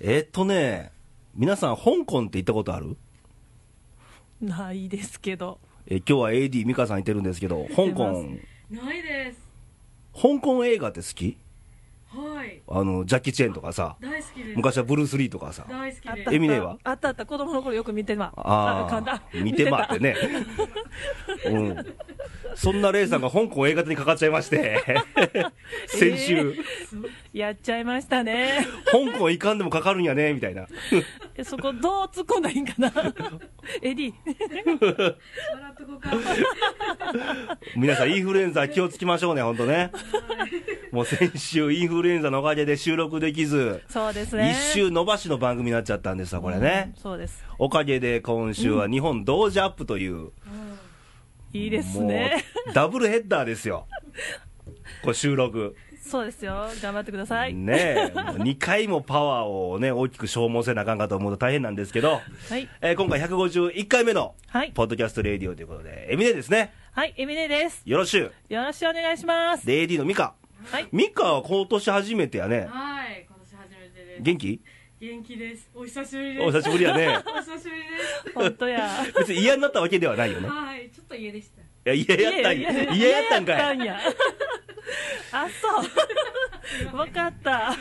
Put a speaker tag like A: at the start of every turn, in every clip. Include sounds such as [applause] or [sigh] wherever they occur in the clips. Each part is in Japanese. A: えーっとね、皆さん、香港って行ったことある
B: ないですけど
A: えー今日は AD 美香さんいてるんですけど、香港、
C: ないです
A: 香港映画って好き
C: はい
A: あの、ジャッキー・チェーンとかさ、
C: 大好きです
A: 昔はブルース・リーとかさ、
C: 大好き
B: あっ
C: で
B: たあ
C: す
B: った
A: エミネは
B: あったあった子供の頃よく見てま
A: あ
B: 簡
A: あ
B: 単、
A: 見
B: [laughs]
A: てまってね。うん。そんなレイさんが香港映画手にかかっちゃいま [laughs] して、先週、
B: やっちゃいましたね
A: 香港行かんでもかかるんやね、みたいな。
B: えそこどう突っ込んだらいいんか
A: [laughs]
B: なエディ
C: 笑っとこかは
A: 皆さん、インフルエンザ気をつけましょうね、ほんとね。もう先週、インフルエンザのおかげで収録できず、
B: そうですね
A: 一周伸ばしの番組になっちゃったんですわ、これね
B: うん。そうです
A: おかげで今週は日本同時アップという、
B: いいですね
A: もうダブルヘッダーです
B: [laughs]
A: よ。これ収録。
B: そうですよ頑張ってください、
A: ねえ、もう2回もパワーをね、大きく消耗せなあかんかと思うと大変なんですけど、
B: はい
A: えー今回151回目の、
B: はい
A: ポッドキャストレディオということで、エミネですね。
B: はいエミネです
A: よろしゅう。
B: よろしくお願いします
A: で、AD のミカ。
B: はい
A: ミカは今年初めてやね。
C: い今年初めてです
A: 元気
C: 元気ですお久しぶりです
A: お久しぶりや
B: [laughs]
A: ね。
C: お久しぶりで
B: 本
A: [laughs]
B: 当や
A: 別に嫌になったわけではないよ
C: す
A: ね。
C: はいちょっと家でした
A: いや、嫌やったんや。嫌やったんかい。
B: 嫌や [laughs] ったんやあ
A: [laughs]
B: そう分かった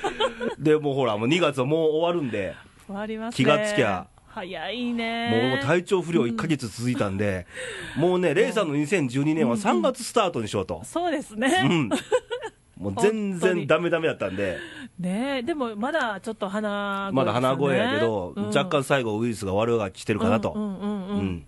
A: で、もうほら、もう2月はもう終わるんで、
B: 終わりますね
A: 気がつきゃ
B: 早いね
A: もう体調不良1ヶ月続いたんで、もうね、レイさんの2012年は3月スタートにしようと。
B: そうです
A: う
B: ね、
A: ん。もう全然ダメダメだったんで、
B: ねえでもまだちょっと鼻声ですね、
A: まだ鼻声やけど、
B: うん
A: 若干最後ウイルスが悪が来てるかな
B: う
A: と。
B: んうんう、
A: うんん。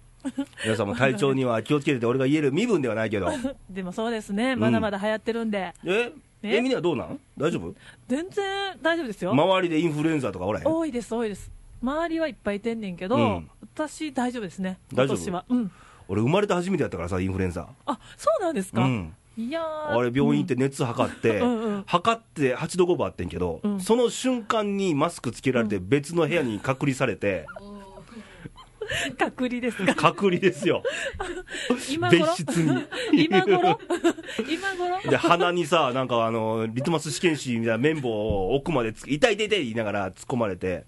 A: 皆さんも体調には気をつけてて、俺が言える身分ではないけど。
B: [laughs] でもそうですねまだまだ流行ってるんで、
A: え
B: [laughs] え
A: エミネはどうなん大丈夫
B: 全然大丈夫ですよ、
A: 周りでインフルエンザとかおらへん
B: 多いです多いです周りはいっぱいいてんねんけど、
A: うん
B: 私大丈夫ですね
A: 大
B: 今
A: 丈夫
B: 年はうん
A: 俺生まれて初めてやったからさインフルエンザ
B: あそうなんです
A: う
B: か、
A: ん
B: いやー
A: あれ病院行って熱測って、
B: [laughs] うんうん
A: 測って8度5分あってんけど、
B: うん
A: その瞬間にマスクつけられて別の部屋に隔離され
B: [laughs]
A: て、
C: おお
B: うん隔離です
A: [laughs]
B: か
A: 隔離ですよ
B: [laughs] 今頃
A: 別室に
B: 今
A: [laughs]
B: 頃今頃
A: で鼻にさなんかあのリトマス試験紙みたいな綿棒を奥までつ痛い痛い痛い言いながら突っ込まれて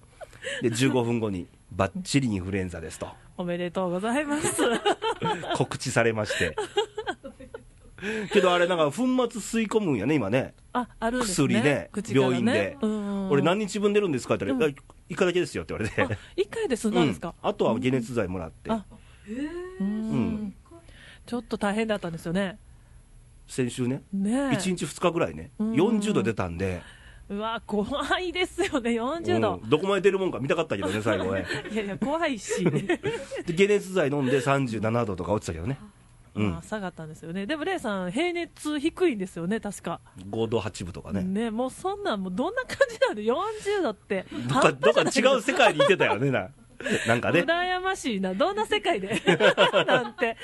A: で15分後にバッチリインフルエンザ
B: [laughs]
A: ですと
B: おめでとうございます
A: 告知されましてけどあれなんか粉末吸い込むんやね今ね
B: ああるんですね
A: 薬ね
B: 口からね
A: 病院で
B: うんうんうん
A: 俺何日分出るんですかって言ったら
B: う
A: いや「一回だけですよ」って言われて
B: あ一回で済んだんですか、
A: うんあとは解熱剤もらって、
B: あ
C: えー
B: うん
A: ん
B: ちょっと大変だったんですよね
A: 先週ね、
B: ねえ
A: 1日2日ぐらいね、
B: うん
A: 40度出たんで、
B: うわ怖いですよね40度
A: うん、どこまで出るもんか見たかったけどね、最
B: [laughs]
A: 後ね、
B: いやいや怖いし、
A: で解熱剤飲んで37度とか落ちたけどね、う
B: ま
A: ん
B: あ、、下がったんですよねでもレイさん平熱低いんですよね確か
A: 5度8分とか
B: ね
A: ね、
B: もうそんなんもうどんな感じなの40度って
A: どっかどっか違う
B: う
A: 世界にいてたよね、ななんかね。
B: 羨ましいなどんな世界で
A: [laughs]
B: なんて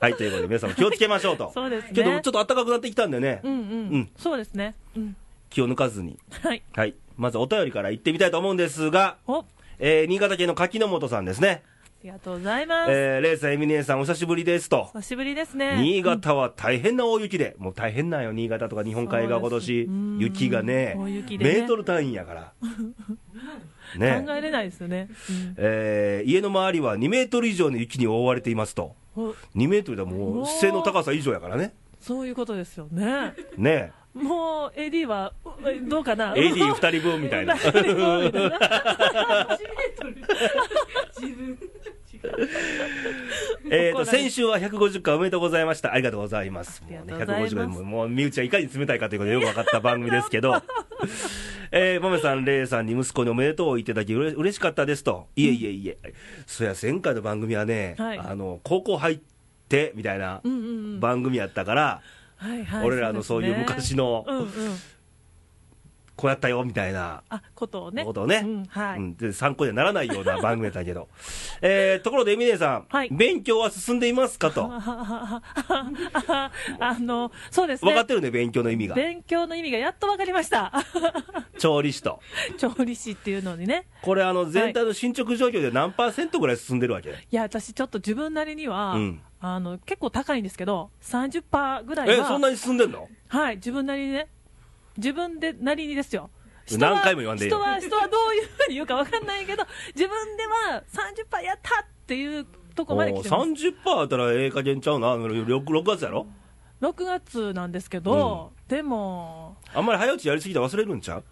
A: はいということで、皆さんも気をつけましょうと、
B: [laughs] そうですね
A: けどちょっと暖かくなってきたんでね、
B: うんうん、
A: うん
B: そうですねうん
A: 気を抜かずに、
B: はい
A: はい、まずお便りから行ってみたいと思うんですが、
B: おあ
A: えー新潟県の柿の本さんですね、
B: りがとうございます、
A: えー、レイさん、エミネーさん、お久しぶりですと。
B: 久しぶりですね
A: 新潟は大変な大雪で、もう大変なんよ、新潟とか日本海側、今年
B: うん
A: 雪がね、
B: 大雪でね
A: メートル単位や
B: [laughs]
A: から、
B: うん
A: ね
B: 考えれないですよね、うん
A: えー家の周りは2メートル以上の雪に覆われていますと、
B: お
A: 2メートルでは
B: う
A: もう
B: わー
A: 背の高さ以上やからね、
B: そういうことですよね [laughs]
A: ね
B: もう AD はうどうかな [laughs]
A: AD2 人分みたいな、[laughs]
C: 初めて撮る自分違う
B: [laughs]
A: えーと先週は150回おめでとうございました、ありがとうございます、もうね
B: ありがとうござい
A: 150回
B: ます
A: も、もう身内はいかに冷たいかということで、よく分かった番組ですけど。 [laughs] えー、マメさん、レイさんに息子におめでとうを言っていただき、うれ嬉しかったですと、いえいえいえ、そや、前回の番組はね、
B: はい
A: あの高校入ってみたいな
B: うんうんうん
A: 番組やったから、
B: はいはい
A: 俺らのそういう昔の
B: うんうん
A: こうやったよみたいな
B: あことをね
A: ことをね、
B: うんはい
A: うんで参考にはならないような番組やったけど、 [laughs] えーところで、エミネさん、
B: はい
A: 勉強は進んでいます
B: [laughs]
A: かと、
B: あはははは [laughs] あのそうです
A: 分か
B: ね
A: ってるね、勉強の意味が、
B: 勉強の意味がやっと分かりました [laughs]
A: 調理師と、
B: 調理師っていうのにね
A: これ、あの全体の進捗状況で何パーセントぐらい進んでるわけ、
B: いや私ちょっと自分なりには、
A: うん
B: あの結構高いんですけど30%ぐらいは
A: えそんなに進んでんの
B: はい自分なりにね自分でなりにですよ人は
A: 何回も言わんでいい
B: 人
A: よ
B: は人はどういうふうに言うかわかんないけど自分では30%やったっていうとこまで来てます
A: 30%あったらええ加減ちゃうな 6, 6月やろ
B: 6月なんですけど、でも
A: あんまり早打ちやりすぎたら忘れるんちゃう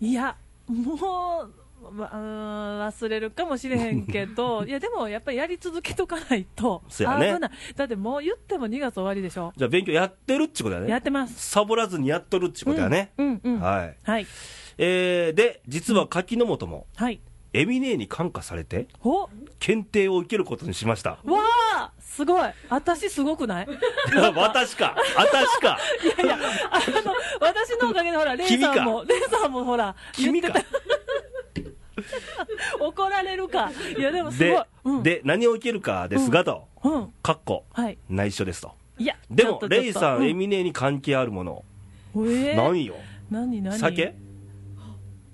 B: いやもう、ま、うーん忘れるかもしれへんけ
A: [laughs]
B: どいやでもやっぱりやり続けとかないと
A: そ
B: 危
A: や
B: ない、
A: ね
B: だってもう言っても2月終わりでしょ、
A: じゃあ勉強やってるっちことやね
B: やってます
A: サボらずにやっとるっちことやね、
B: うんうん、うんはい
A: はい
B: はい、
A: えー、で実は柿の本もエミネーに感化されて
B: おわ
A: 検定を受けることにしました
B: あすごい私すごくない
A: [laughs] 私か私か
B: いやあの私のおかげで
A: [laughs]
B: ほらレイさんもレイさんもほら言っ
A: 君
B: て
A: か
B: た怒られ
A: [laughs]
B: るかいやでもすごい
A: で,、
B: うん、
A: で何を受けるかですがと、
B: うん
A: かっこ
B: はい
A: 内緒ですと
B: いや
A: で
B: ちょ
A: も
B: っとちょっと
A: レイさん、
B: う
A: エミネーに関係あるもの、
B: えー
A: 何よ
B: 何何
A: 酒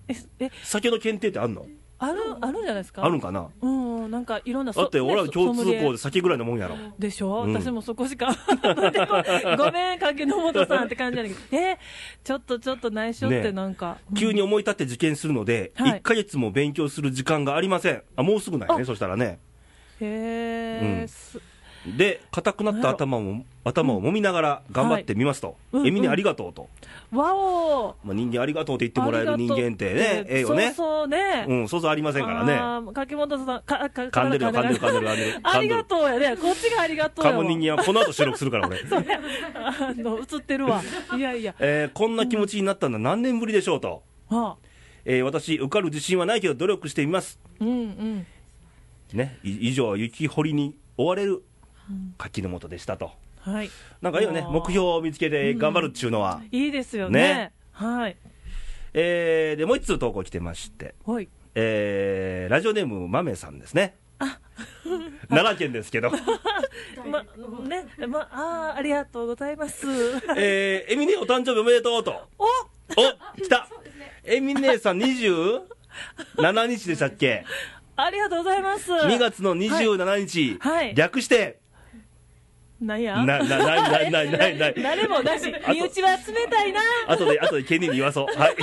B: ええ
A: 酒の検定ってあるの
B: あるあるんじゃないですか
A: あるんかな
B: うんうんなんかいろんな
A: だって俺ら共通項
B: で
A: で酒ぐらいのもんやろ
B: でしょ、
A: うん
B: 私もそこしか [laughs] でもごめん柿の本さんって感じなんだけどえちょっとちょっと内緒っ
A: ね
B: て
A: え
B: なんか、うん
A: 急に思い立って受験するので、
B: はい
A: 1ヶ月も勉強する時間がありませんあもうすぐないね
B: あ
A: そしたらね
B: へえ、
A: うん
B: す
A: で硬くなった頭も頭を揉みながら頑張ってみますと、
B: うんうん
A: エミネありがとうと、
B: わお
A: まあ、人間ありがとうって言ってもらえる人間って
B: ありがと
A: ね
B: う
A: ええよね
B: そうそうね、
A: うんそうそうありませんからね
B: あー柿本さんかか
A: 噛んでるよ噛んでる
B: か
A: 噛んでる噛んでる
B: あ
A: 噛ん
B: り
A: で
B: が
A: る
B: とうやねこっちがありがとうや
A: 噛
B: わ
A: む人間はこの後収録するから俺
B: そうやあの映ってるわいやいや
A: えーこんな気持ちになったのは何年ぶりでしょうと、
B: あ
A: えー私受かる自信はないけど努力してみます
B: うんうん
A: ね、い以上、雪掘りに追われる柿の本でしたと、
B: はい
A: なんかいいよね
B: あ、ー
A: 目標を見つけて頑張るっちゅうのは、
B: いいですよね
A: ね
B: はい
A: えーでもう一通投稿来てまして、
B: ほい
A: えーラジオネーム、まめさんですね、 [laughs] 奈良県ですけど、
B: まねまあーありがとうございます
A: えーエミネお誕生日おめでとうと、
B: [laughs] お
A: お来た、エミネさん27日でしたっけ、
B: [laughs] ありがとうございます
A: 2月の27日、
B: はい
A: 略して、
B: なんや
A: な、な、な、な、な、な、な、
B: 誰もなし身内は冷たいな
A: 後で、後で、ケニーに言わそう。はい。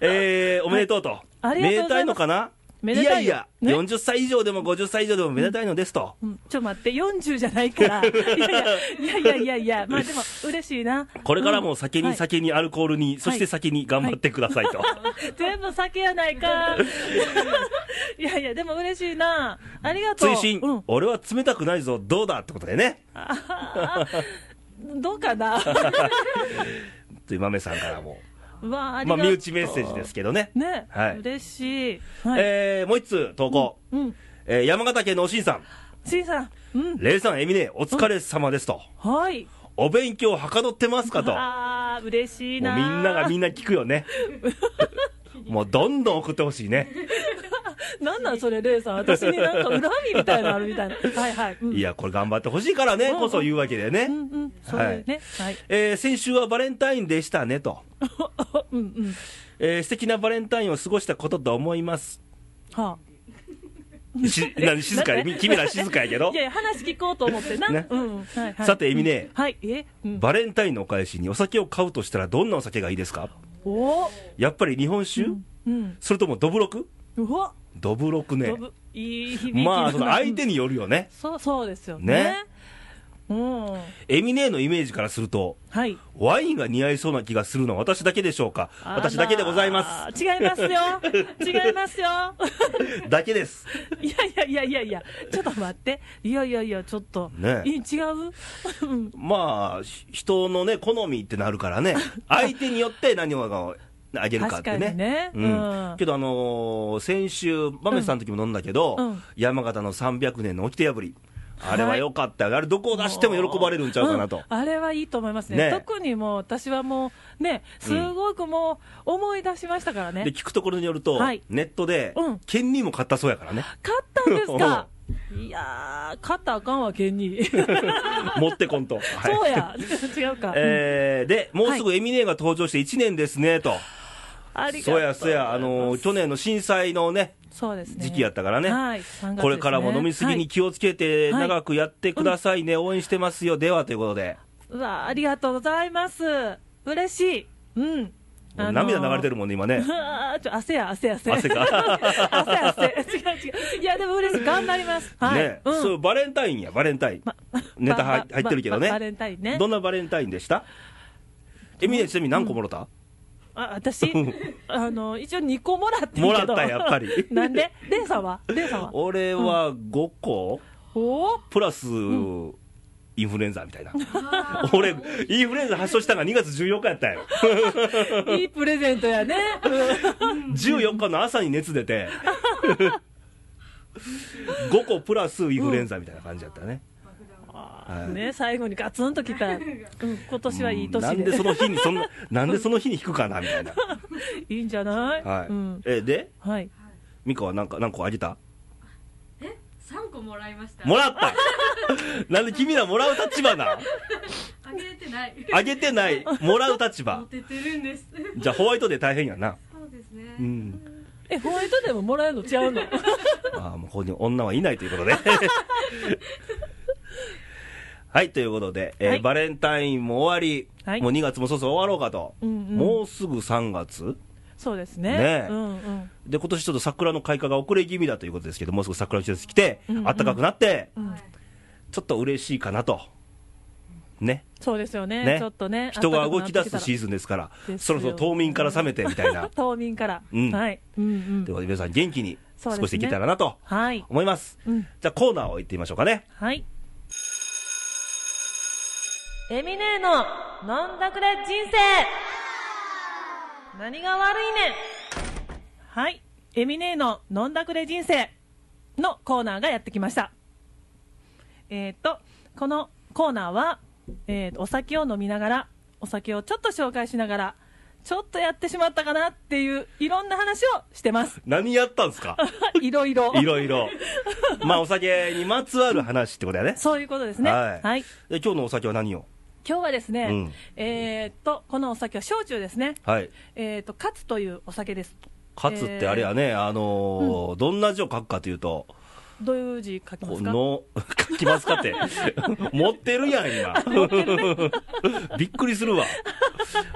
A: えー、おめでとうと。
B: ありがとう
A: め
B: ご
A: で
B: ざ
A: た
B: い
A: い
B: ま
A: の
B: す
A: かな
B: めでたいよ
A: やい
B: ね
A: や、40歳以上でも50歳以上でもめでたいのですと。
B: うんちょっと待って40じゃないから
A: [laughs]
B: いやいやいやいやいやまあでも嬉しいな
A: これからも酒
B: は
A: に
B: い
A: 酒にアルコールに、そして酒に頑張ってくださいと。
B: 全部酒やないか [laughs] いやいやでも嬉しいなありがと
A: 追
B: う
A: 伸、
B: うん
A: 俺は冷たくないぞ、どうだってことでね。
B: あーどう
A: [laughs]
B: かな
A: という豆さんからも。
B: まああり
A: ま
B: が
A: あ、
B: とう
A: 身内メッセージですけどね。
B: ね、
A: はい
B: 嬉しい、はい
A: えー、もう一通投稿。
B: うん
A: えー山形県のおしんさん。
B: しんさんうん
A: レイさん、エミネ、お疲れ様ですと。
B: はい
A: お勉強はかどってますかと。
B: ああ嬉しい
A: もう
B: な
A: みんながみんな聞くよ
B: [laughs]
A: ねもうどんどん送ってほしいね
B: なんなんそれレイさん私になんか恨みみたいなのある
A: [laughs]
B: みたいなはいはい、うん、
A: いやこれ頑張ってほしいからねこそ言うわけで
B: う
A: ね、
B: んうんそういうねはい、
A: えー先週はバレンタインでしたねと、
B: うんうん
A: えー素敵なバレンタインを過ごしたことと思います
B: は [laughs]
A: し何静かに君ら静かやけ
B: あ
A: ど
B: いやいや話聞こうと思ってな、
A: ね
B: うんうんはいはい
A: さてエミネ
B: はいえ、うん、
A: バレンタインのお返しにお酒を買うとしたらどんなお酒がいいですか
B: お
A: やっぱり日本酒、
B: うん
A: それともドブロク
B: うわ
A: ドブロクね
B: 飛ぶいい響き
A: まあその相
B: うん
A: 手によるよね
B: そうそうですよね
A: ね
B: うん
A: エミネのイメージからすると
B: はい
A: ワインが似合いそうな気がするのは私だけでしょうか
B: あら
A: 私だけでございま
B: 違いますよ違いますよ [laughs]
A: す。だけです。
B: いやいやいやいやいやちょっと待っていやいやいやちょっと、
A: ね
B: い違ううん
A: まあ、ひ人のね、好みってなるからね、相手によって何をあげるかって
B: 確かに
A: ね。
B: ねうん
A: けど、あのー先週、マメさんの時も飲んだけど、
B: うん
A: 山形の300年の掟破り、あれ
B: は
A: はい良かったよ、あれ、どこを出しても喜ばれるんちゃうかなと。
B: んあれはいいと思いますね
A: ね
B: 特にもう私はもうねすごくもう思い出しましたからね、
A: で、聞くところによると、
B: はい
A: ネットで
B: うん、
A: 県にも買ったそうやから
B: [laughs]
A: ね、
B: 勝ったんです
A: [laughs]
B: かいやー勝ったらあかんわ県に
A: 持ってこんと。 [laughs] はい
B: そうや [laughs] 違うか、
A: [laughs] えーで、もうすぐエミネーが登場して1年ですね、と。
B: ありがと
A: そうやそうや、あのー去年の震災のね、
B: そうですね
A: 時期やったからね
B: はい、3月
A: これからも飲みすぎに気をつけて、
B: はい
A: 長くやってくださいね、応援してますよ、ではということで、
B: ですねはいうわありがとうございます嬉しいうんあのー
A: 涙流れてるもんね、
B: [laughs]
A: 今ね
B: う。わーちょ汗や汗や汗
A: 汗が。
B: 汗汗違う違ういやでも嬉しい頑張りますは
A: [laughs]
B: い、
A: ね、
B: うん
A: そう、バレンタインや、バレンタイン。ネタ入入ってるけど
B: ババ
A: ね。
B: レンタインね
A: どんなバレンタインでしたえ、みね、ちなみに何個もろた
B: あ私あの一応2個もらってるけど
A: もらった、やっぱり。
B: なんでレイさんはレイさんは
A: 俺は5個、
B: おー
A: プラス、インフルエンザみた
B: [laughs]
A: いな。俺、インフルエンザ発症したのが2月14日やったよ。
B: いいプレゼントやね、
A: 14日の朝に熱出て、5個プラスインフルエンザみたいな感じだったね。
B: うんね最後にガツンときた、うん、今年はいい
A: なん
B: 年で
A: でその日に、そんな、なんでその日に引くかな、みたいな。
B: いいんじゃない、
A: はい。
B: うん
A: え、で、
B: はい、
A: ミカは何か、何個あげた
C: え三個もらいました
A: もらったなんで君らもらう立場な
C: あげれてない
A: あげてない、もらう立
C: 持
A: 場
C: っ。てってるんです
A: じゃあホワイトで大変やな。
C: そうですね、
A: うん。
B: えホワイトでももらえるの違
A: [laughs]
B: うの
A: ああ、もうここに女はいないということで。 [laughs] はい、ということで、えー
B: はい
A: バレンタインも終わり、
B: はい
A: もう2月もそろそろ終わろうかと。
B: うんうん
A: もうすぐ3月
B: そうです
A: ね
B: ね
A: え
B: うんうん
A: で、今年ちょっと桜の開花が遅れ気味だということですけど、もうすぐ桜の季節来て、
B: うんうん
A: 暖かくなって、
C: はい
A: ちょっと嬉しいかなと。ね。
B: そうですよね
A: ね
B: ちょっとね
A: 人が動き出すシ
B: し
A: ーズンですから、
B: です
A: そ
B: よ。
A: ろそろ冬眠から覚めてみたいな
B: 冬眠から、
A: うん
B: はい、うんうん
A: ということで皆さん元気に過
B: そうですね
A: ごしていけたらなと
B: はい、
A: 思います。
B: うん、
A: じゃあコーナーを行ってみましょうかね。
B: はいエミネーの飲んだくれ人生何が悪いねんはいエミネーの飲んだくれ人生のコーナーがやってきましたえっ、とこのコーナーは、えーとお酒を飲みながらお酒をちょっと紹介しながらちょっとやってしまったかなっていういろんな話をしてます [laughs]
A: 何やったんですか
B: いろいろ
A: [laughs] いろいろ。まあお酒にまつわる話ってことやね。
B: そういうことですね
A: はい
B: はい
A: で今日のお酒は何を
B: 今日はですね、
A: うん
B: えーっとこのお酒は焼酎ですね、
A: はい。
B: えーっとカツというお酒です。
A: カツってあれやね、あのーどんな字を書くかというと、
B: どういう字書きま
A: こ
B: すか？
A: の、 [laughs] 書きますかって。持ってるやん、今。びっくりするわ。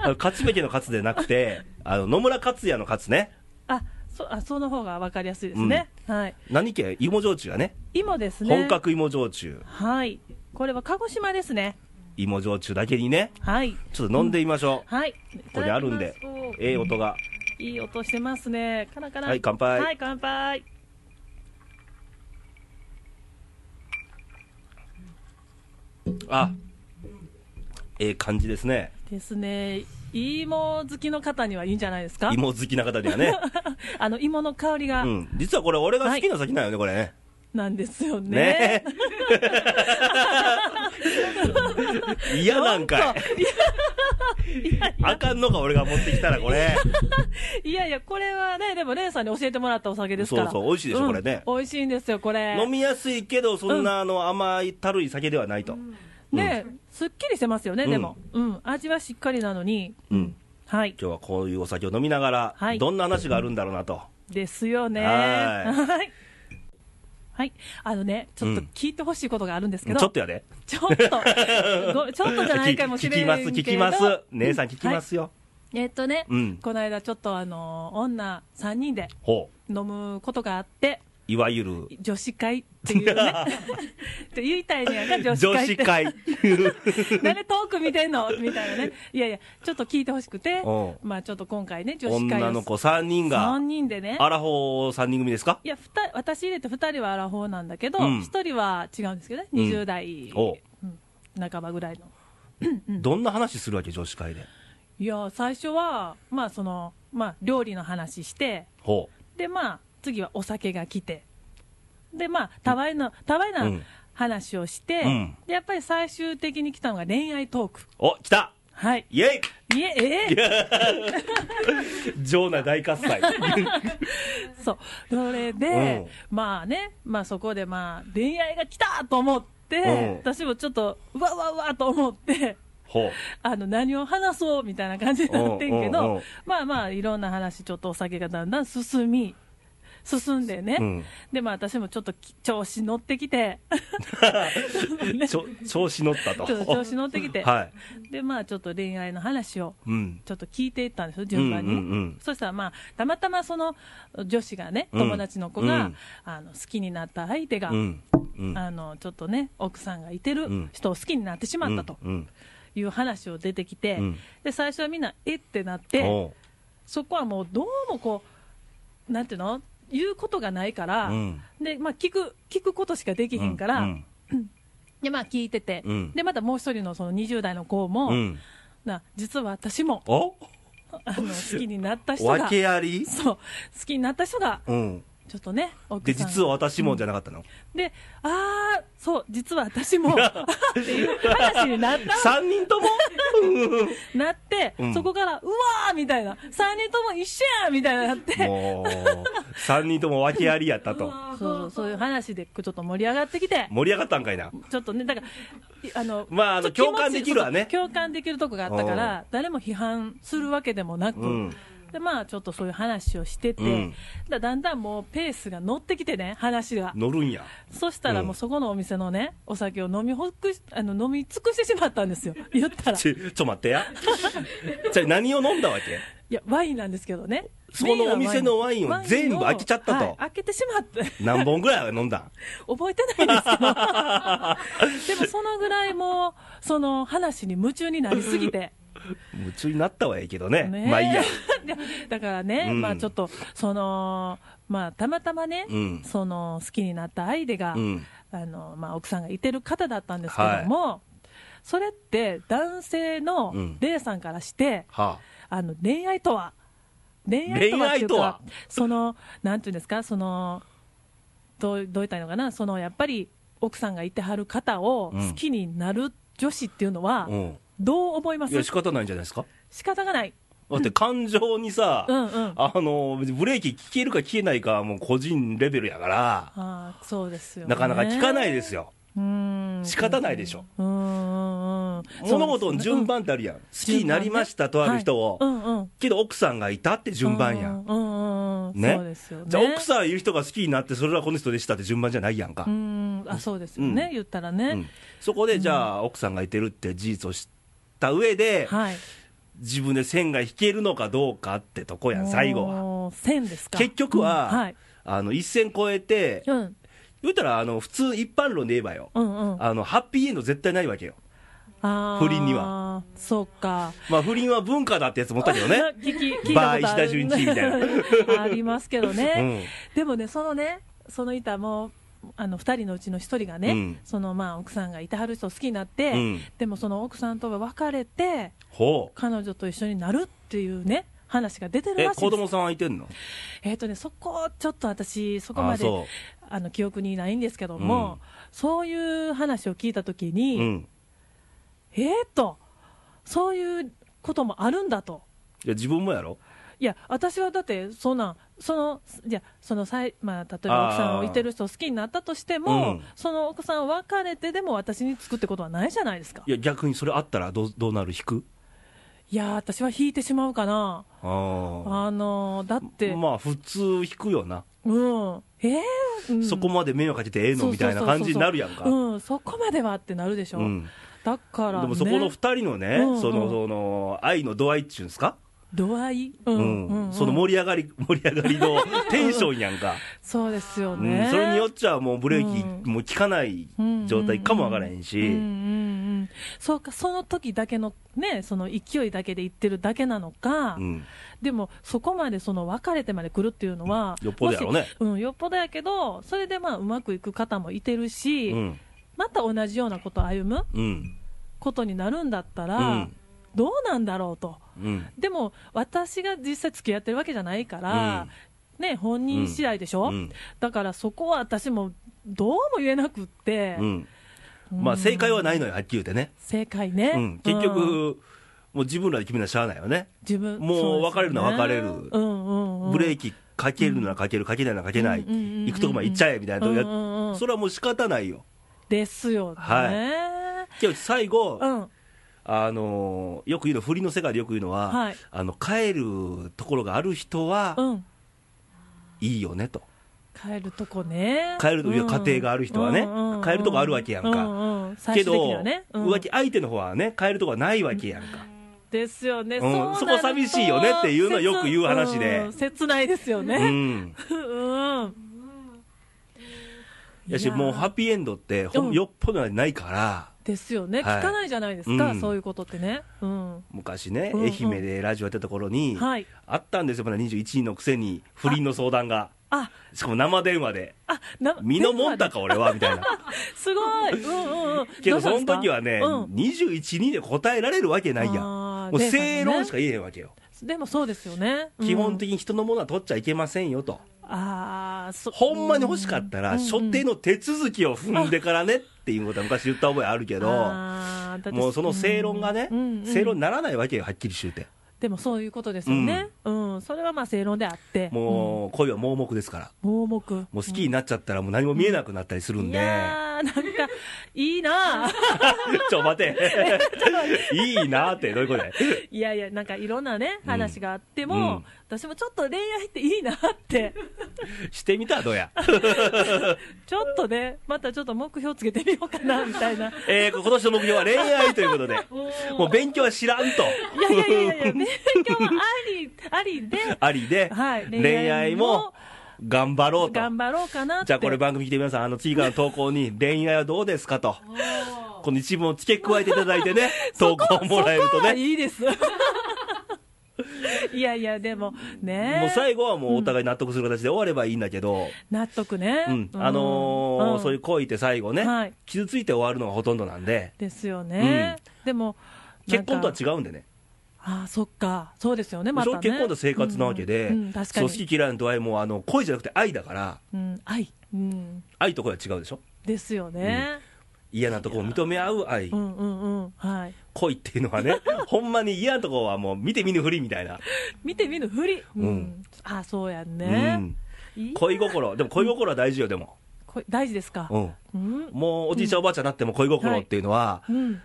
A: あの勝ちべきの勝でなくて、あの、野村克也の勝ね。
B: あ、そあその方がわかりやすいですね。はい。
A: 何家芋焼酎がね。
B: 芋ですね。
A: 本格芋焼酎。
B: はい。これは鹿児島ですね。
A: 芋焼酎だけにね。
B: はい。
A: ちょっと飲んでみましょう。
B: はい。
A: ここにあるんで
B: いただきますお
A: ええ音が。
B: いい音してますね。カラカラ。
A: はい乾杯
B: はい、乾杯。
A: あ、ええ感じですね。
B: ですね。芋好きの方にはいいんじゃないですか？
A: 芋好きな方にはね。
B: あの芋の香りが
A: うん。実はこれ、俺が好きな酒なんよね、これね。
B: なんですよね。
A: ね [laughs] 嫌なんかい。あかんのか、俺が持ってきたら、こ
B: [laughs]
A: れ。
B: いやいや、これはね、でも、レイさんに教えてもらったお酒ですか
A: そ
B: ら。
A: うそう美味しいでしょこれね
B: うん美味しいんですよ、これ。
A: 飲みやすいけど、そんな、あの、甘い、たるい酒ではないと。
B: ね、すっきりしてますよね、
A: うん
B: でも。うん、味はしっかりなのに。
A: うん。
B: はい。
A: 今日はこういうお酒を飲みながら、
B: はい
A: どんな話があるんだろうなと。
B: ですよね。
A: は
B: はい。はい。あのね、ちょっと
A: うん
B: 聞いてほしいことがあるんです
A: ち
B: け
A: ょ
B: ど。
A: っとやで。
B: ちょっ
A: [laughs]
B: と。ごちょっとじゃないかもしれないけど。
A: 聞き聞きます、聞きます。姉さん聞きますよ。
B: えっとね、
A: うん
B: この間ちょっとあの、女3人で
A: ほう。
B: 飲むことがあって、
A: いわゆる、
B: 女子会っていう
A: [laughs]
B: ね。って言いたいねやんか、女子
A: 女
B: 会って
A: 子。会。
B: [laughs] なんで遠く見てんのみたいなね。いやいや、ちょっと聞いてほしくて
A: お、
B: まあちょっと今回ね、女子会
A: 女の子3人が
B: 3、人でね。
A: アラフォー3人組ですか
B: いや、ふた私入れて2人はアラフォーなんだけど、
A: うん
B: 1人は違うんですけどね、
A: うん
B: 20代、
A: おう
B: うん半ばぐらいの。
A: どんな話するわけ、女子会で。
B: いや、最初は、まあその、まあ料理の話して、
A: ほ
B: でまあ次はお酒が来てでまあたわいのたわいな
A: うん
B: 話をして、
A: うん
B: でやっぱり最終的に来たのが恋愛トーク
A: う。お、来た
B: はい
A: イェイ
B: いえええ
A: 場内大喝
B: [laughs]
A: 采。
B: そうそれで、まあねまあそこでまあ恋愛が来たと思って、
A: うん
B: 私もちょっとうわうわうわと思って
A: ほ
B: あの何を話そうみたいな感じになってんけど、
A: うんうんうん
B: まあまあいろんな話ちょっとお酒がだんだん進み進んでね、
A: うん
B: でまあ私もちょっとき調子乗ってきて
A: ちょ調子乗ったと
B: ちょっと調子乗ってきて、
A: はい
B: でまあちょっと恋愛の話を
A: うん
B: ちょっと聞いていったんですよ、順番に。
A: うんうんうん
B: そしたら、まあ、たまたまその女子がね、
A: うん
B: 友達の子が、
A: うん
B: あの好きになった相手が、
A: うんうん
B: あのちょっとね、奥さんがいてる
A: うん
B: 人を好きになってしまったと
A: うん
B: いう話を出てきて、
A: うん
B: で最初はみんな、えってなっ
A: うん
B: て、
A: おう
B: そこはもう、どうもこう、なんていうの、言うことがないから、
A: うん
B: でまあ、聞く聞くことしかできへんから、
A: うん
B: でまあ、聞いてて、
A: うん
B: でまたもう一人のその20代の子も、
A: うん
B: な実は私も
A: お
B: あ
A: [laughs]
B: の好きになった人が。
A: 訳あり
B: そう、好きになった人が、
A: うん
B: ちょっとね、奥
A: で
B: さん
A: 実は私もじゃなかったの
B: で、あー、そう、実は私
A: [laughs]
B: もっていう話になった
A: 三人
B: [laughs]
A: とも
B: なって、
A: うん
B: そこから、うわーみたいな、3人とも一緒やみたいになって、
A: もう三人とも訳ありやったと
B: そうそうそういう話でちょっと盛り上がってきて、
A: 盛り上がったんかいな
B: ちょっとね、だから、いあの、
A: まああの
B: ちょっと気持
A: 共
B: ち
A: 感できるわね
B: そうそう共感できるとこがあったから、誰も批判するわけでもなく、
A: うん
B: でまあ、ちょっとそういう話をしてて、
A: うん
B: だだんだんもうペースが乗ってきてね、話が。
A: 乗るんや
B: そしたらも
A: うん
B: うそこのお店のね、お酒を飲みほくしあの飲み尽くしてしまったんで
A: [laughs]
B: すよ、言ったら。い
A: ちちょ待
B: [laughs]
A: ってやじゃあ何を飲んだわけ
B: や、ワインなんですけどね。
A: そこのお店の
B: メインは
A: ワインを全部開けちゃったと
B: はい開けてしまって、 [laughs]
A: 何本ぐらい飲んだん
B: 覚えてないです
A: [laughs]
B: けど、でもそのぐらいもう、その話に夢中になりすぎて。
A: 夢中になった [laughs] はええけどね
B: ねえ
A: まあいいや
B: いや [laughs] だからね、
A: うん
B: まあちょっと、その、まあたまたまね、
A: うん
B: その好きになった相手が、
A: うん
B: あのまあ、奥さんがいてる方だったんですけども、それって男性の
A: うん
B: レイさんからして、
A: は
B: あの恋愛とは、恋愛とはっていう
A: 恋愛とは
B: か、そのなんていうんですか、そのどうどういったらいいのかな、そのやっぱり奥さんがいてはる方を
A: うん
B: 好きになる女子っていうのは
A: あ、うん
B: どう思いま
A: いや
B: す
A: 仕方ないんじゃないですか
B: 仕方がない、
A: だって感情にさ、
B: うんうん
A: あのブレーキ聞けるか聞けないかはもう個人レベルやから、
B: あーそうですよ、ね、、
A: なかなか聞かないですすよ、
B: うん
A: 仕方ないでしょ、
B: うんうんうん、
A: 物事の順
B: 番
A: 番ってあるやん、好きになりましたとある人を、
B: うんうん、
A: けど奥さんがいたって順番やん、
B: うんうんうんうん、
A: ね
B: そうですよね
A: じゃあ奥さんいる人が好きになって、それはこの人でしたって順番じゃないやんか、
B: うんあそうですよね、
A: うん
B: 言ったら
A: う
B: ね
A: ん、そこでじゃあ、奥さんがいてるって事実を知った上で、
B: はい
A: 自分で線が引けるのかどうかってとこやん、最後は。
B: は線ですか
A: 結局は、
B: うんはい
A: あの一線越えて、
B: うん、
A: 言うたらあの普通、一般論で言えばよ、
B: うんうん
A: あのハッピーエンド絶対ないわけよ、
B: あー
A: 不倫には
B: そうか
A: まあ、不倫は文化だってやつ持ったけどね、
B: 聞き聞い
A: バ
B: た
A: ー
B: ことあ
A: 石田純一みた
B: いな [laughs] ありますけどね、
A: う
B: でもねそのねその板もあの2人のうちの1人がね、
A: うん
B: そのまあ奥さんがいてはる人を好きになって、
A: うん
B: でもその奥さんとは別れて
A: ほう、
B: 彼女と一緒になるっていうね話が出てる
A: え
B: らしい
A: 子
B: んですよ
A: 供さんはいてんの
B: えっ、とね、そこ、ちょっと私、そこまで
A: あそ
B: あの記憶にないんですけども、そういう話を聞いたときに、
A: うん、
B: えーっと、そういうこともあるんだと、
A: いや自分もやろ、
B: いや、私はだって、そんなん、その、いや、そのさい、まあ、例えば奥さんをいてる人を好きになったとしても、
A: うん
B: その奥さんを別れてでも私につくってことはないじゃないですか。
A: いや逆にそれあったらどうどうなる、引く
B: いやー、私は引いてしまうかな。
A: あ
B: あのーだって、
A: あまあ普通引くよな、
B: うん、えー、うん
A: そこまで迷惑かけてええのみたいな感じになるやんか。
B: うん、そこまではってなるでしょ、
A: うん
B: だから、ね、
A: でもそこの2人のね、
B: うんうん
A: そのその愛の度合いっちゅうんですか、
B: 度合い、うん
A: うん
B: うんうん
A: その盛り上がり [laughs] 盛り上がりのテンションやんか、
B: そうですよ
A: うん
B: ね、
A: それによっちゃもうブレー
B: う
A: キもう効かない状態かもわからへんし、
B: うんうんうんそうか、その時だけのね、その勢いだけで言ってるだけなのか、
A: うん
B: でもそこまでその別れてまで来るっていうのは、
A: よっぽどやろね
B: もしうん、よっぽどやけど、それでまあうまくいく方もいてるし、
A: うん
B: また同じようなことを歩む
A: うん
B: ことになるんだったら、
A: うん
B: どうなんだろうと。
A: うん
B: でも私が実際付き合ってるわけじゃないから、ね、本人次第でしょ、
A: うん
B: だからそこは私もどうも言えなくって、
A: うん
B: うん
A: まあ正解はないのよ、はっきり言うてね、
B: 正解ね、
A: うん、結局、
B: うん
A: もう自分らで決めなしゃあないよね、
B: 自分
A: もう
B: そです
A: 別れるのは別れる
B: うんうんうん、
A: ブレー
B: キ
A: キかけるならかける、かけないならかけない、
B: うんうんうんうん
A: 行くとこまで行っちゃえみたいなとこや、
B: うんうんうん
A: それはもう仕方ないよ、
B: ですよね、
A: はけど最後、
B: うん、
A: あのーよく言うの、振りの世界でよく言うのは、
B: はい
A: あの帰るところがある人は
B: うん、
A: いいよねと、
B: 変えるとこね
A: 変えるといや家庭がある人はね変えるとこあるわけやんか
B: うんうん最
A: けど、
B: 終的にはねうん
A: 浮気相手の方はね、変えるとこはないわけやんか。
B: ですよね、
A: うん
B: うなると
A: そこ寂しいよねっていうのはよく言う話で
B: 切うん切ないですよ
A: う
B: ね、
A: ん。
B: うん
A: や
B: い
A: し、
B: やー
A: もうハッピーエンドって、ほ
B: うん
A: んよっぽどないから、
B: ですよね、
A: はい
B: 聞かないじゃないですか、
A: うん
B: そういうことってね、うん、
A: 昔ね、
B: うんうん
A: 愛媛でラジオやってた頃に、
B: はい
A: あったんですよ、まだ21人のくせに、不倫の相談が。
B: あ
A: しかも生電話で。
B: あな
A: 身のもんだか、俺は、みたいな。
B: すごい、うんうんうん、
A: [laughs] けど、
B: うしたん
A: そ
B: です
A: の
B: か
A: 時はね、
B: うん
A: 21人で答えられるわけないやん。
B: あ
A: も
B: ー
A: う正論しか
B: レイさ
A: 言え
B: んね
A: へんわけよ。
B: でもそうですよね、
A: 基本的
B: に、
A: に人のものは取っちゃいけませんよと。
B: あーそ
A: ほんまに欲しかったら、
B: うん
A: 所定の手続きを踏んでからねっていうことは昔言った覚えあるけど、
B: あーだって
A: もうその正論がね、
B: うんうん
A: 正論にならないわけよ、はっきりしてて、
B: でもそういうことですよね、うんそれはまあ正論であって、
A: もう恋は盲目ですから、
B: うん盲目、もう
A: もう好きになっちゃったら、もう何も見えなくなったりするん
B: い
A: で、
B: やー、なんか、いいな
A: [laughs] ちょ、待て、 [laughs] いいなって、どういうことだよ
B: いやいや、なんかいろんなね、
A: ん
B: 話があっても、
A: うん
B: 私もちょっと恋愛っていい
A: [laughs]
B: なって、
A: してみたらどうや、
B: ちょっとね、またちょっと目標つけてみようかな、みたい
A: [laughs]
B: な。い
A: えー、今年の目標は恋愛ということで、もう勉強は知らんと、
B: やいやいやいや、勉強はあり、ありで、
A: ありで、
B: はい
A: 恋愛も頑張ろうと。
B: 頑張ろうかなって。
A: [laughs] じゃあこれ番組来て皆さん、あの次からの投稿に恋愛はどうですかと、この一文を付け加えていただいて
B: [laughs]
A: ね、投稿もらえると
B: まあ
A: ね、
B: いいです。 [laughs] いやいや、でもね、
A: もう最後はもうお互い納得する形で終わればいいんだけど、
B: 納得ね。
A: うん、あのーそういう
B: う。
A: 恋って最後ね、
B: はい
A: 傷ついて終わるのがほとんどなんで、
B: ですよね。でも、
A: 結婚と
B: なん
A: は
B: か
A: 違うんでね、
B: ああそっかそうですよねま
A: 結
B: たね
A: 婚と生活なわけで、
B: うんうんうん確か
A: そう
B: に
A: 好き嫌いの度合いもあの恋じゃなくて愛だから、
B: うん、愛、うん、
A: 愛と恋は違うでしょ、
B: ですよね、
A: 嫌なとこを認め合う愛、
B: うん、うんうんはい
A: 恋っていうの
B: [laughs]
A: はね、ほんまに嫌なとこはもう見て見ぬふりみたいな。
B: 見て見ぬふり、うん
A: うん
B: あそうやん
A: う
B: ね
A: ん、
B: いい
A: 恋心、でも恋心は大事よ、でも、
B: こ大事ですか
A: うん、
B: うん、
A: もうおじいちゃん、おばあちゃんになっても恋心っていうのは、
B: うん、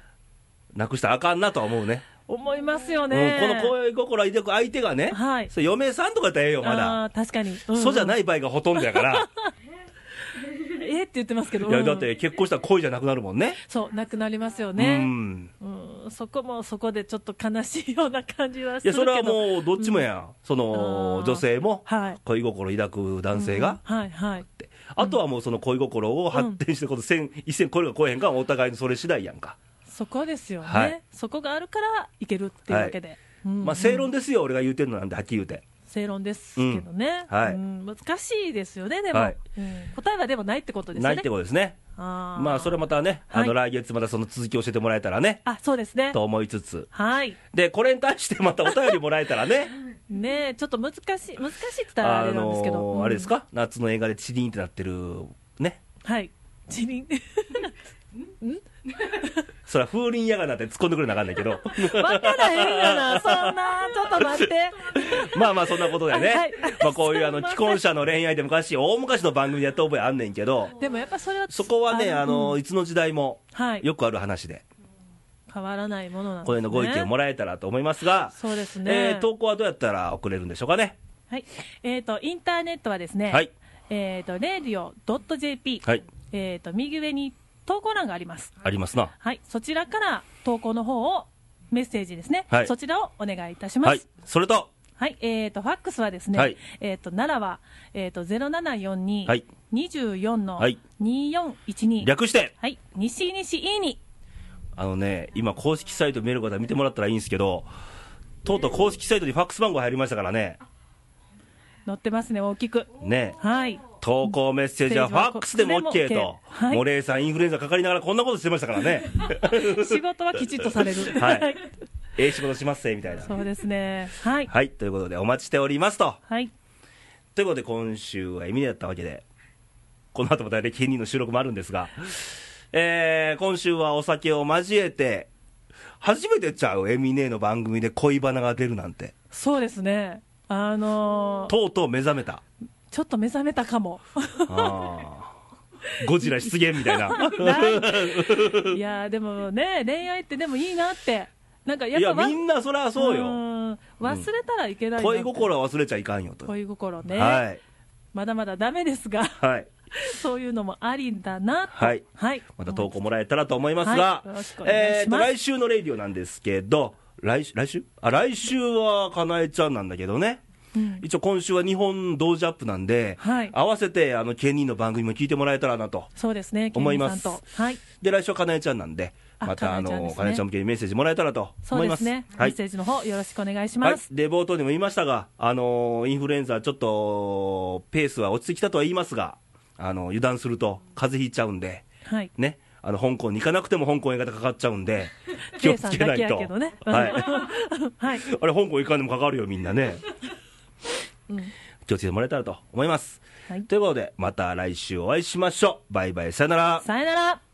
A: なくしたらあかんなとは思うね、
B: 思いますよ
A: うん
B: ね、
A: この恋心は抱く相手がね、
B: はい
A: それ嫁さんとかやったらええよ、まだ、
B: あー確かに、
A: そうじゃないい場合がほとんどやから、
B: えーって言ってますけど
A: いや
B: うん
A: だって結婚したら恋じゃなくなるもんね、
B: そうなくなりますよ
A: う
B: ね、
A: ん、
B: うんそこもそこでちょっと悲しいような感じはす
A: い
B: る
A: や、
B: け
A: そ
B: ど
A: れはもうどっちもやん、そ
B: あ
A: の
B: ー
A: 女性も
B: はい
A: 恋心抱く男性が。
B: うんはいはい
A: あとはもうその恋心を発展してこと、せん一線恋が来えへんかはお互いのそれ次第やんか、
B: そこですよね、
A: はい
B: そこがあるからいけるっていうわけで、うんうん
A: まあ正論ですよ、俺が言うてるのなんで、はっきり言うて。
B: 正論ですけどね、
A: うんはい
B: うん難しいですよね、でも、
A: はい
B: うん答えはでもないってことですよ
A: な
B: ね。
A: いってことですね。
B: あー
A: まあそれまたね、あの
B: は
A: 来月またその続きを教えてもらえたらね、
B: あそうですね、
A: と思いつつ、
B: はい
A: でこれに対してまたお便りもらえたら
B: [laughs]
A: ね、
B: ねえ、ちょっと難しい、難しいって言ったらあれなんですけど、
A: の
B: う
A: ー
B: ん
A: あれですか、夏の映画でチリンってなってる、ね、
B: はい、辞任、 [laughs]
A: そら風鈴やがなって突っ込んでくるのはあかんない
B: [laughs]
A: けど、
B: わからへんがな、そんな、ちょっと待って、
A: まあまあそんなことだよ
B: は
A: ね
B: い、
A: まあこういうあの
B: すいませ
A: 既
B: ん
A: 婚者の恋愛で昔、大昔の番組でやった覚えあんねんけど、
B: でもやっぱそれは、
A: そこはね、あ
B: う
A: の
B: ん
A: いつの時代も
B: はい、
A: よくある話で、
B: 変わらないものなんです、ね、
A: これのご意見をもらえたらと思いますが、
B: そうですね、
A: えー投稿はどうやったら送れるんでしょうかね。
B: はい、えっ、と、インターネットはですね、
A: はい
B: えっ、と、レディオ .jp、
A: はい
B: えっ、と、右上に投稿欄があります。
A: ありますな。
B: はい、そちらから投稿の方を、メッセージですね、
A: はい
B: そちらをお願いいたします。は
A: はいい、、それと、
B: えっ、と、ファックスはですね、
A: はい
B: えっ、と、奈良は、えっ、と、ゼロ七四二
A: はい
B: 二十四の
A: はい
B: 二四一二。
A: 略して、
B: はい、西西いいに。
A: あのね、今、公式サイト見れる方、見てもらったらいいんですけど、とうとう公式サイトにファックス番号入りましたからね、
B: 載ってますね、大きく。
A: ね、
B: はい。
A: 投稿メッセージはファックスでも OK と
B: でも OK、はい
A: モレイさん、インフルエンザかかりながらこんなことしてましたからね、
B: 仕事はきちっとされる。
A: はい、ええ仕事しますぜみたいな。
B: [laughs] そうですね。はい。
A: はい、ということで、お待ちしておりますと。
B: はい。
A: ということで、今週はエミネだったわけで、この後も大体近隣の収録もあるんですが、えー、今週はお酒を交えて、初めてちゃう、エミネの番組で恋バナが出るなんて、
B: そうですね。あのー
A: とうとう目覚めた。
B: ちょっと目覚めた
A: [laughs]
B: かも。
A: あーゴジラ出現み
B: [laughs]
A: たいな。
B: いやーでもね、恋愛ってでもいいなって。なんかや
A: い
B: っぱ
A: や、みんなそりゃそうよ。
B: ん忘れたらいけないなって
A: 恋心は忘れちゃいかんよと。
B: 恋心ね。
A: はい。
B: まだまだダメですが、 [laughs]
A: はい。
B: そういうのもありだなと。
A: はい
B: はい。
A: また投稿もらえたらと思いますが、
B: はいよろしくお願いします
A: えーと、来週のレイディオなんですけど、来週来週あ来週はかなえちゃんなんだけどね、
B: うん
A: 一応今週は日本同時アップなんで、
B: はい
A: 合わせてあのケニーの番組も聞いてもらえたらなと。
B: そうですね、ケン
A: 思い
B: ミ
A: ま
B: さ
A: す
B: んと。はい。
A: で、来週はかなえちゃんなんで、
B: あ
A: またあの、
B: かなえちゃんですね
A: かなえちゃん向けにメッセージもらえたらと
B: そ
A: 思
B: う
A: い
B: で
A: ますす。
B: ね。メ
A: は
B: ッ
A: い。
B: セージの方、よろしくお願いし
A: はい
B: ます。。
A: で、冒頭でも言いましたが、あのーインフルエンザ、ちょっと、ペースは落ちてきたとは言いますが、あの、油断すると風邪ひいちゃうんで、
B: はい。
A: ね、あの香港に行かなくても香港 A 型かかっちゃうん
B: [laughs]
A: で、気
B: ケ
A: を
B: イ
A: つ
B: さ
A: け
B: ん
A: な
B: だけ
A: い
B: や
A: と。
B: けどね。
A: [laughs] はい、
B: [laughs] はい。
A: あれ、香港行かんでもかかるよ、みんなね。
B: [laughs] うん
A: 気をつけてもらえたらと思います。
B: はい
A: ということで、また来週お会いしましょう。バイバイ、さよなら。
B: さよなら。